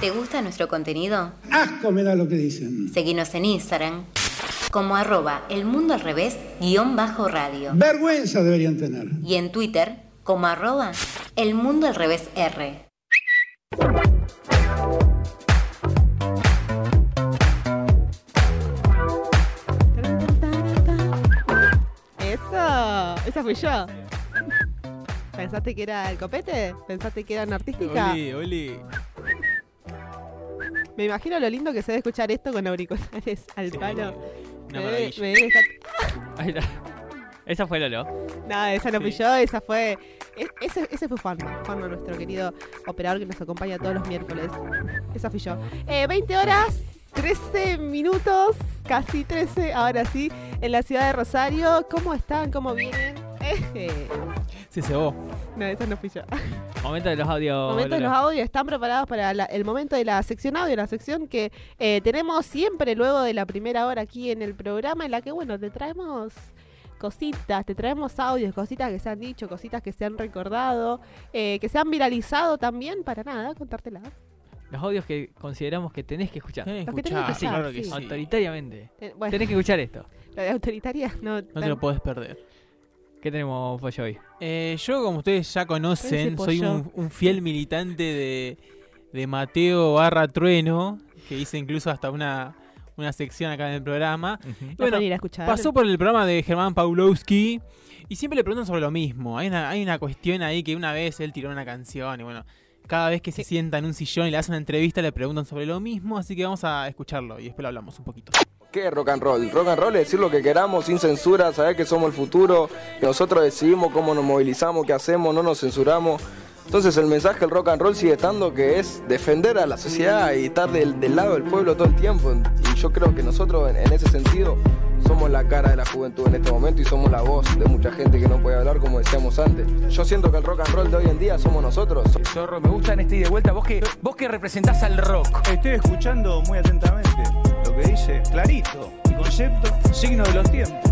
¿Te gusta nuestro contenido? Asco me da lo que dicen. Seguinos en Instagram como arroba el mundo al revés guión bajo radio Vergüenza deberían tener. y en Twitter como arroba el mundo al revés R. Eso, esa fui yo. ¿Pensaste que era el copete? ¿Pensaste que era una artística? Oli, Oli. Me imagino lo lindo que se debe escuchar esto con auriculares al palo. Una Me debe- maravilla. me debe dejar- Ahí está. Esa fue Lolo. No, esa no Sí. fui yo, esa fue. e- Ese, ese fue Juan, Juan, nuestro querido operador que nos acompaña todos los miércoles. Esa fui yo. Eh, 20 horas, 13 minutos, casi 13, ahora sí, en la ciudad de Rosario. ¿Cómo están? ¿Cómo vienen? Eh, Sí, se vos. no, esa no fui yo. Momento de los Oh, audios. momento de Lolo. los audios están preparados para la- el momento de la sección audio, la sección que eh, tenemos siempre luego de la primera hora aquí en el programa, en la que, bueno, te traemos cositas, te traemos audios, cositas que se han dicho, cositas que se han recordado, eh, que se han viralizado también, para nada, contártelas. Los audios que consideramos que tenés que escuchar. Tenés Los que que tenés escuchar, que sí, escuchar, claro que sí. sí. Autoritariamente. Eh, bueno, Tenés que escuchar esto. lo de autoritaria, no. No te lo podés perder. ¿Qué tenemos, Pollo, hoy? Eh, yo, como ustedes ya conocen, Ese soy un, un fiel militante de, de Mateo Barra Trueno, que hice incluso hasta una, una sección acá en el programa. lo Bueno, pueden ir a escuchar. Pasó por el programa de Germán Paulowski y siempre le preguntan sobre lo mismo. Hay una, hay una cuestión ahí que una vez él tiró una canción y bueno, cada vez que se sienta en un sillón y le hacen una entrevista le preguntan sobre lo mismo, así que vamos a escucharlo y después lo hablamos un poquito. ¿Qué es rock and roll? Rock and roll es decir lo que queramos sin censura, saber que somos el futuro, que nosotros decidimos cómo nos movilizamos, qué hacemos, no nos censuramos. Entonces el mensaje del rock and roll sigue estando que es defender a la sociedad y estar del, del lado del pueblo todo el tiempo. Y yo creo que nosotros en, en ese sentido somos la cara de la juventud en este momento y somos la voz de mucha gente que no puede hablar como decíamos antes. Yo siento que el rock and roll de hoy en día somos nosotros. Zorro, me gustan este y de vuelta. Vos que, vos que representás al rock. Estoy escuchando muy atentamente lo que dice, clarito, el concepto, signo de los tiempos.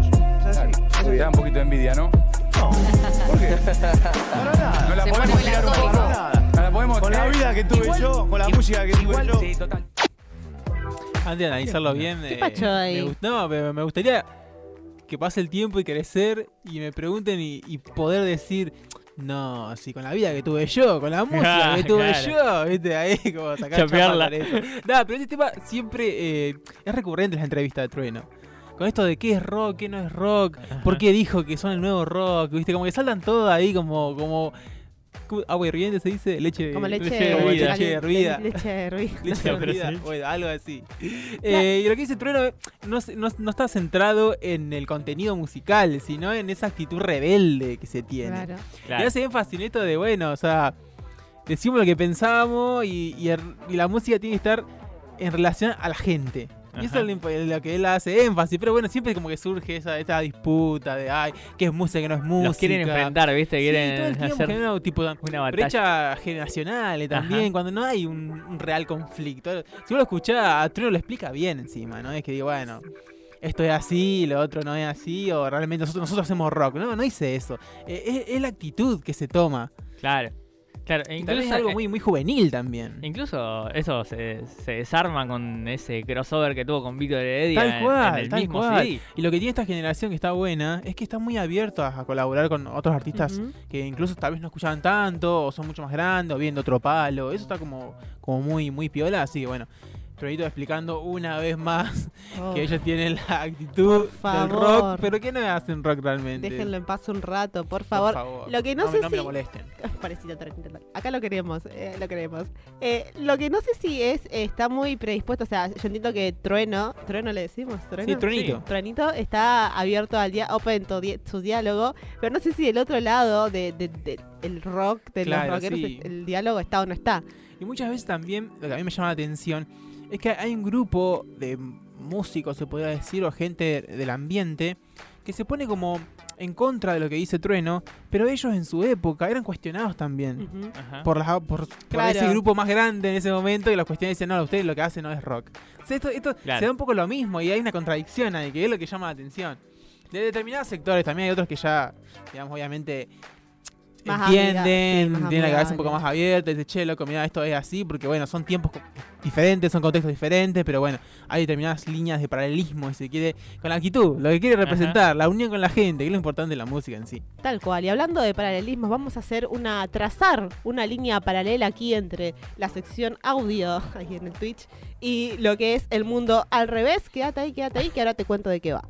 Es así. Eso te da un poquito de envidia, ¿no? No, ¿por qué? Para nada. ¿No la podemos tirar un poco? Para nada. ¿No la podemos Con la tirar? vida que tuve Igual- yo, con la música que tuve Igual, yo. sí, total. Antes de analizarlo bien, ¿Qué eh, pacho ahí? Me, gust- no, me, me gustaría que pase el tiempo y crecer y me pregunten y, y poder decir, no, si con la vida que tuve yo, con la música Ah, que tuve claro. yo, viste, ahí como sacar Chapearla. chapa con eso. Nada, pero ese tema siempre eh, es recurrente en las entrevistas de Trueno. Con esto de qué es rock, qué no es rock, por qué dijo que son el nuevo rock, viste, como que saltan todo ahí como, como ¿cómo- agua hirviente se dice, leche, Como leche, hervida. caliente, Leche hervida. Leche hervida. Leche sé, pero hervida, sí. bueno, algo así. Eh, y lo que dice Trueno eh, no, se- no- no está centrado en el contenido musical, sino en esa actitud rebelde que se tiene. Claro. Y hace bien fascineto de, bueno, o sea, decimos lo que pensamos y, y er- y la música tiene que estar en relación a la gente. Y eso Ajá. es lo, imp- lo que él hace énfasis. Pero bueno, siempre como que surge esa, esa disputa de, ay, ¿qué es música, qué no es música? Los quieren enfrentar, ¿viste? Sí, todo el Quieren tiempo hacer genera tipo, una batalla. brecha generacional eh, también, Ajá. cuando no hay un, un real conflicto. Si uno lo escucha, a Trueno lo explica bien encima, ¿no? Es que digo, bueno, esto es así, lo otro no es así, o realmente nosotros, nosotros hacemos rock. No, no dice eso. Eh, es, es la actitud que se toma. Claro. Claro. e Y Tal vez es Incluso, algo muy, muy juvenil también. incluso eso se, se desarma con ese crossover que tuvo con Víctor Heredia Tal en- en, cual, el tal mismo cual. CD. Y lo que tiene esta generación que está buena es que está muy abierta a colaborar con otros artistas Ujú. que incluso tal vez no escuchaban tanto, o son mucho más grandes, o viendo otro palo. Eso está como, como muy, muy piola, así que bueno. Truenito explicando una vez más Oh, que ellos tienen la actitud Por del favor. rock, pero que no hacen rock realmente. Déjenlo en paz un rato, por Por favor. Lo que no sé me- me si- lo molesten. Parecido a Tarek Intental. Acá lo queremos, eh, lo queremos. Eh, lo que no sé si es, eh, está muy predispuesto, o sea, yo entiendo que Trueno, Trueno le decimos, Trueno. Sí, Truenito. Truenito está abierto al día, open to di- su diálogo, pero no sé si del otro lado de, de- de- el rock, de Claro, los rockeros, sí. el diálogo está o no está. Y muchas veces también, lo que a mí me llama la atención, es que hay un grupo de músicos, se podría decir, o gente del ambiente, que se pone como en contra de lo que dice Trueno, pero ellos en su época eran cuestionados también. Ujú. Ajá. por, las- por- por Claro. ese grupo más grande en ese momento y las cuestiones dicen, no, ustedes lo que hacen no es rock. O sea, esto esto Claro. se da un poco lo mismo y hay una contradicción ahí, que es lo que llama la atención. De determinados sectores también hay otros que ya, digamos, obviamente Más entienden, amiga- sí, más tienen la cabeza un poco amigable. más abierta, dice, che, loco, mirá, esto es así, porque bueno, son tiempos co- diferentes, son contextos diferentes, pero bueno, hay determinadas líneas de paralelismo, si se quiere, con la actitud, lo que quiere representar, la unión con la gente, que es lo importante de la música en sí. Tal cual. Y hablando de paralelismos, vamos a hacer una, trazar una línea paralela aquí entre la sección audio, ahí en el Twitch, y lo que es el mundo al revés. Quédate ahí, quédate ahí, que ahora te cuento de qué va.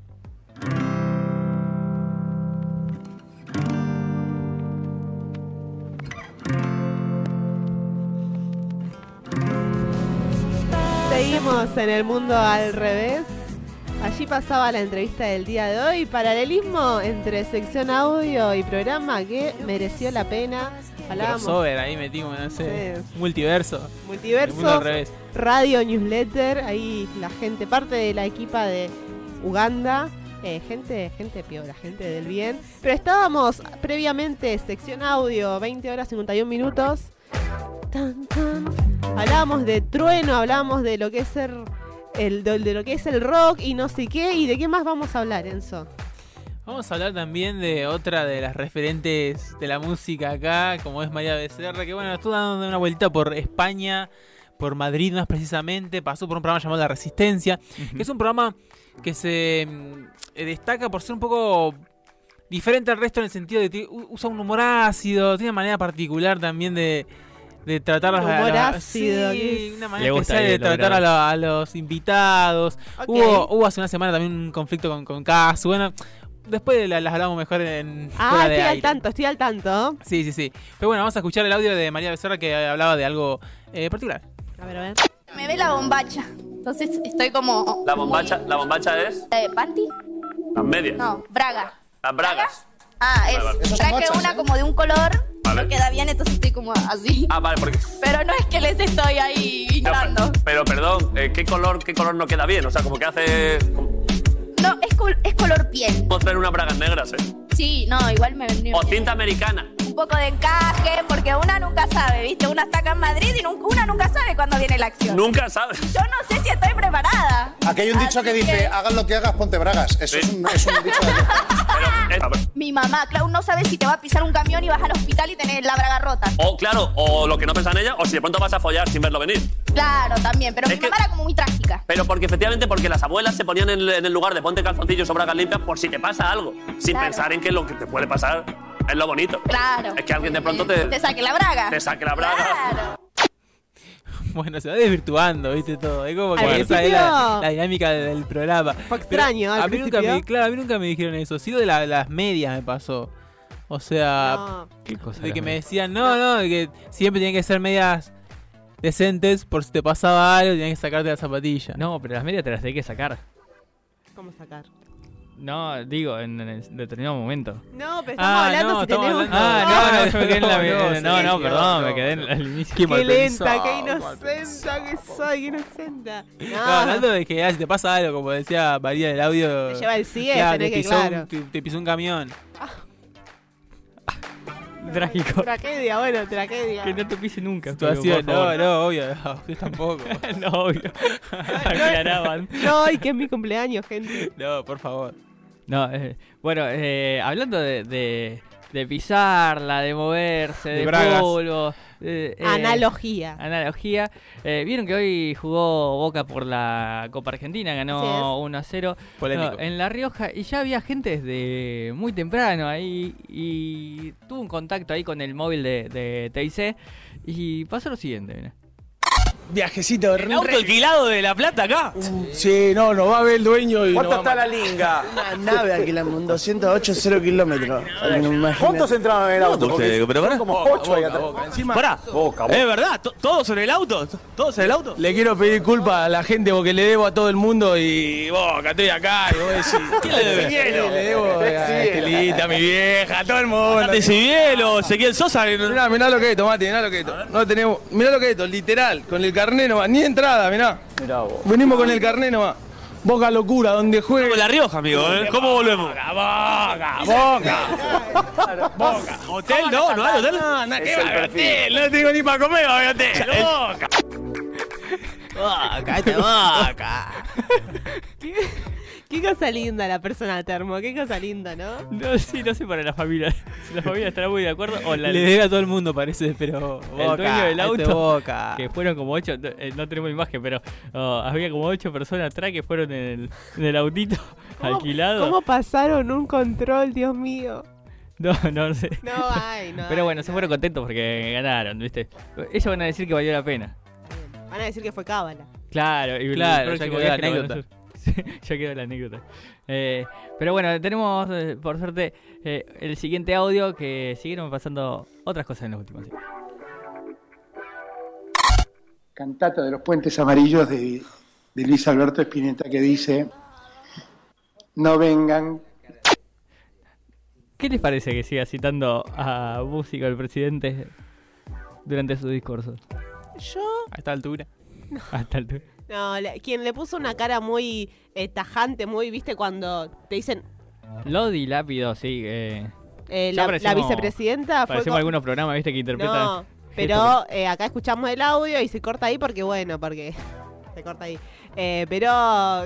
Seguimos en el mundo al revés. Allí pasaba la entrevista del día de hoy. Paralelismo entre sección audio y programa que mereció la pena. Hablábamos Crossover, ahí metimos, no sé, Sí. multiverso, el mundo al multiverso, revés. radio newsletter. Ahí la gente, parte de la equipa de Uganda. eh, gente, gente peor, gente del bien. Pero estábamos previamente sección audio, 20 horas 51 minutos. Tan, tan. Hablábamos de trueno, hablábamos de lo que es ser el de de lo que es el rock y no sé qué y de qué más vamos a hablar, Enzo. Vamos a hablar también de otra de las referentes de la música acá, como es María Becerra, que bueno, estuvo dando una vuelta por España, por Madrid más precisamente, pasó por un programa llamado La Resistencia, que es un programa que se mm, eh, destaca por ser un poco diferente al resto en el sentido de que u- usa un humor ácido, tiene una manera particular también de, de tratar a Un humor a- ácido, sí, Luis. una manera Le gusta especial de el programa. tratar a, la- a los invitados. Ok. Hubo, hubo hace una semana también un conflicto con, con Casu. Bueno, después la- las hablamos mejor en. Ah, fuera de estoy al aire. tanto, estoy al tanto. Sí, sí, sí. Pero bueno, vamos a escuchar el audio de María Becerra que hablaba de algo eh, particular. A ver, a ver. Me ve la bombacha. Entonces estoy como. La bombacha, la bombacha es Eh, ¿Panty? las medias, No, braga. las bragas. Ah, Vale, es. Traje una como de un color. Vale. No queda bien, entonces estoy como así. Ah, vale, porque. Pero no es que les estoy ahí no, gritando. pero, pero perdón, eh, ¿qué color, qué color no queda bien? O sea, como que hace. como- No, es, col- es color piel. Podemos tener unas bragas negras, ¿eh? Sí, no, igual me venía. O cinta americana. Un poco de encaje, porque una nunca sabe, ¿viste? Una está acá en Madrid y nun- una nunca sabe cuándo viene la acción. Nunca sabes. Yo no sé si estoy preparada. Aquí hay un dicho Así que dice, hagas lo que hagas, ponte bragas. Eso es, un, es un dicho de... Pero, eh, Mi mamá, Clau, no sabe si te va a pisar un camión y vas al hospital y tenés la braga rota. o claro, o lo que no pensaba en ella, o si de pronto vas a follar sin verlo venir. Claro, también, pero Es mi que- mamá era como muy trágica. Pero porque efectivamente, porque las abuelas se ponían en, el- en el lugar de ponte calzoncillos o bragas limpias por si te pasa algo, sin Claro. pensar en que lo que te puede pasar es lo bonito. Claro. Es que alguien de pronto Eh, te, Te saque la braga. te saque la braga. Claro. Bueno, se va desvirtuando, viste todo. Es como que Al esa es principio- la, la dinámica del programa. Fue extraño, al a mí nunca principio. me, Claro, a mí nunca me dijeron eso. Sí, de la- las medias me pasó. O sea, No. Qué cosa De era, que me mira. decían, no, no, de que siempre tienen que ser medias decentes por si te pasaba algo, tenías que sacarte la zapatilla. No, pero las medias te las tenés que sacar. ¿Cómo sacar? No, digo, en, en determinado momento. No, pero estamos Ah, hablando no, si estamos tenemos. hablando- Ah, no, no, no, yo me quedé en la. no, No, no, Sergio, perdón, no, me quedé en no. la- al inicio. Qué mal Qué lenta, qué pensado, mal inocenta que soy, qué inocenta. No, hablando de que ah, si te pasa algo, como decía María del audio. Te lleva el CIE, claro, tenés te que, pisó claro. un, te, te pisó un camión. Trágico. Tragedia, bueno, tragedia. Que no te pise nunca. Situación, pero, Este por no, favor. no, obvio, no, yo tampoco. no, obvio. Aclaraban. No, y que es mi cumpleaños, gente. no, por favor. No, eh, bueno, eh, hablando de, de, de pisarla, de moverse, De de, bragas. polvo. eh, eh, Analogía. Analogía. Eh, Vieron que hoy jugó Boca por la Copa Argentina, Así ganó 1 a 0 Polémico. No, en La Rioja y ya había gente desde muy temprano ahí y tuvo un contacto ahí con el móvil de, de TIC y pasó lo siguiente. mira. Viajecito. re- Uh, auto alquilado de La Plata acá? Sí, no, nos va a ver el dueño y ¿Cuánto nos va está a la linga? matar. Una nave alquilamos, un 208 0 kilómetros. ¿Cuántos entraron en el auto? Pero son como 8 ahí atrás. Encima, Pará. ¿Es verdad? ¿To- ¿Todos en el auto? ¿Todos en el auto? le quiero pedir culpa a la gente porque le debo a todo el mundo y vos, que estoy acá y vos decís... ¿Quién le debe? "Eh, Le debo a Estelita, mi vieja, a todo el mundo. Nati Cibielo, Ezequiel Sosa. que no- Mirá, mirá lo que es esto, Mati, mirá lo que es esto. No tenemos, mirá lo que es esto, literal, con el carné nomás, ni entrada, mirá. Venimos con el carné nomás. Boca locura, donde Con juegue. La Rioja, amigo, ¿eh? ¿Cómo volvemos? Boca, boca. ¿Hotel? No, no hay hotel. No, no, qué va, hotel, no tengo ni para comer, va, hotel. Boca. Boca, esta boca. Qué, Qué cosa linda la persona termo, qué cosa linda, ¿no? No, sí, no sé para la familia. Si la familia estará muy de acuerdo o la, Le debe a todo el mundo, parece, pero. el dueño del este auto, Boca. que fueron como ocho, no, eh, no tenemos imagen, pero oh, había como ocho personas atrás que fueron en el, en el autito alquilado. ¿Cómo pasaron un control, Dios mío? No, no, no sé. No hay, no Pero hay, bueno, se no fueron contentos porque ganaron, ¿viste? Ellos van a decir que valió la pena. hay. Van a decir que fue cábala. Claro, y el Claro, ya próximo quedó la viaje lo van a anécdota. hacer. Sí, ya quedó la anécdota. Eh, pero bueno, tenemos, eh, por suerte, eh, el siguiente audio que siguieron pasando otras cosas en los últimos días. Cantata de los Puentes Amarillos de, de Luis Alberto Espineta que dice, no vengan ¿Qué les parece que siga citando a Músico, el presidente, durante su discurso? Yo. A esta altura. Hasta el... No, la- quien le puso una cara muy eh, tajante, muy, viste, cuando te dicen Lodi Lápido, sí. eh, eh, la, Ya la parecemos- vicepresidenta fue. parecemos co- algunos programas, ¿viste? Que interpretan. No, pero eh, acá escuchamos el audio y se corta ahí porque, bueno, porque. Se corta ahí. Eh, pero,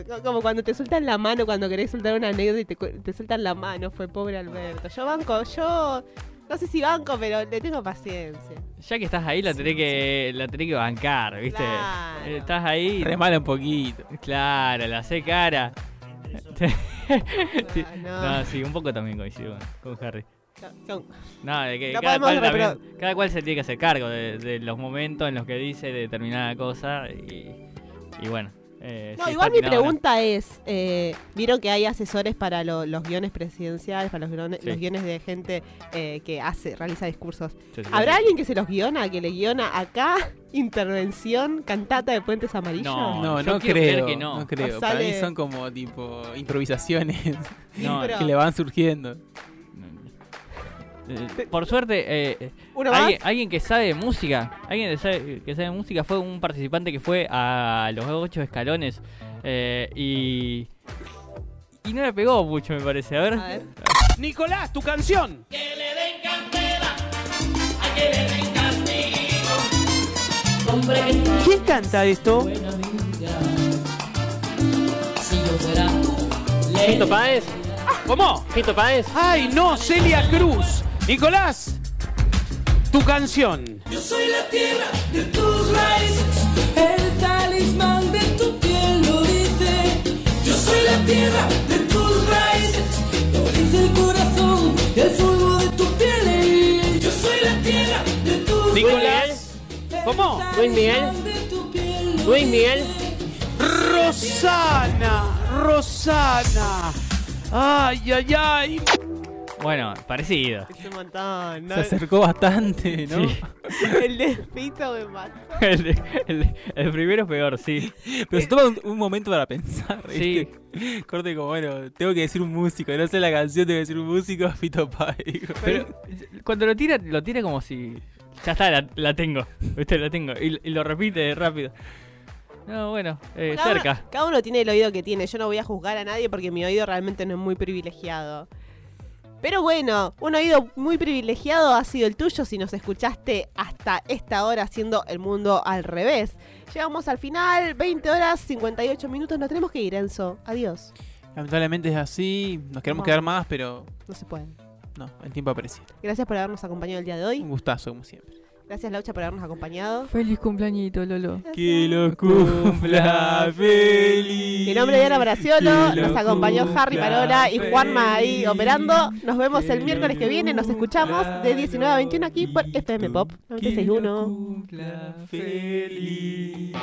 co- como cuando te sueltan la mano, cuando querés soltar una anécdota y te, cu- te sueltan la mano, fue pobre Alberto. Yo banco, yo. No sé si banco, pero le tengo paciencia. Ya que estás ahí, la tenés, que, la tenés que bancar, ¿viste? Claro. Eh, Estás ahí. Remala un poquito. Claro, la sé cara. Sí. Ah, no. No, sí, un poco también coincido con con Harry. Son- No, de que No cada, podemos cual también- cada cual se tiene que hacer cargo de, de los momentos en los que dice determinada cosa y, y bueno. eh, No, si igual está mi atinado o no. pregunta es, eh, vieron que hay asesores para lo- los guiones presidenciales, para los guiones, Sí. los guiones de gente eh, que hace, realiza discursos. Sí, sí, ¿Habrá sí. alguien que se los guiona, que le guiona acá intervención cantata de Puentes Amarillos? No, No, yo no quiero creer creo, que no. no. creo. Nos Para mí sale- son como tipo improvisaciones No, pero- que le van surgiendo. eh, por suerte, eh, ¿Uno más? alguien, alguien que sabe de música, alguien que sabe, que sabe de música fue un participante que fue a los ocho escalones eh, y y no le pegó mucho, me parece. A ver, A ver. Nicolás, tu canción. ¿Quién canta esto? Fito Páez. ¿Cómo? Fito Páez. Ay, no, Celia Cruz. Nicolás, tu canción. Yo soy la tierra de tus raíces, el talismán de tu piel lo dice. Yo soy la tierra de tus raíces, lo dice el corazón, el fuego de tu piel. Yo soy la tierra de tus Nicolás. ¿Cómo? Luis Miguel. Luis Miguel. Rosana, Rosana. Ay, ay, ay. bueno, parecido. Es un montón. ¿no? Se acercó bastante, ¿no? Sí. El despito me mató. El, el- el primero es peor, sí. Pero se toma un, un momento para pensar. Sí. ¿viste? Corte como, bueno, tengo que decir un músico. No sé la canción, tengo que decir un músico. Fito Páez. Pero cuando lo tira, lo tira como si. Ya está, la, la tengo. ¿Viste? La tengo. Y, y lo repite rápido. No, bueno, eh, Cada- cerca. Cada uno tiene el oído que tiene. Yo no voy a juzgar a nadie porque mi oído realmente no es muy privilegiado. Pero bueno, un oído muy privilegiado ha sido el tuyo si nos escuchaste hasta esta hora haciendo el mundo al revés. Llegamos al final, 20 horas, 58 minutos. Nos tenemos que ir, Enzo. Adiós. Lamentablemente es así. Nos queremos Vamos. quedar más, pero No se puede. no, el tiempo aprecia. Gracias por habernos acompañado el día de hoy. Un gustazo, como siempre. Gracias, Laucha, por habernos acompañado. Feliz cumpleañito, Lolo. Que lo cumpla feliz. Mi nombre es Diana Braciolo, Que lo nos acompañó Harry cumpla Parola y Juanma ahí feliz. operando. Nos vemos el lo miércoles que viene, nos escuchamos de 19 a 21 aquí por FM Pop Que lo 961. cumpla feliz.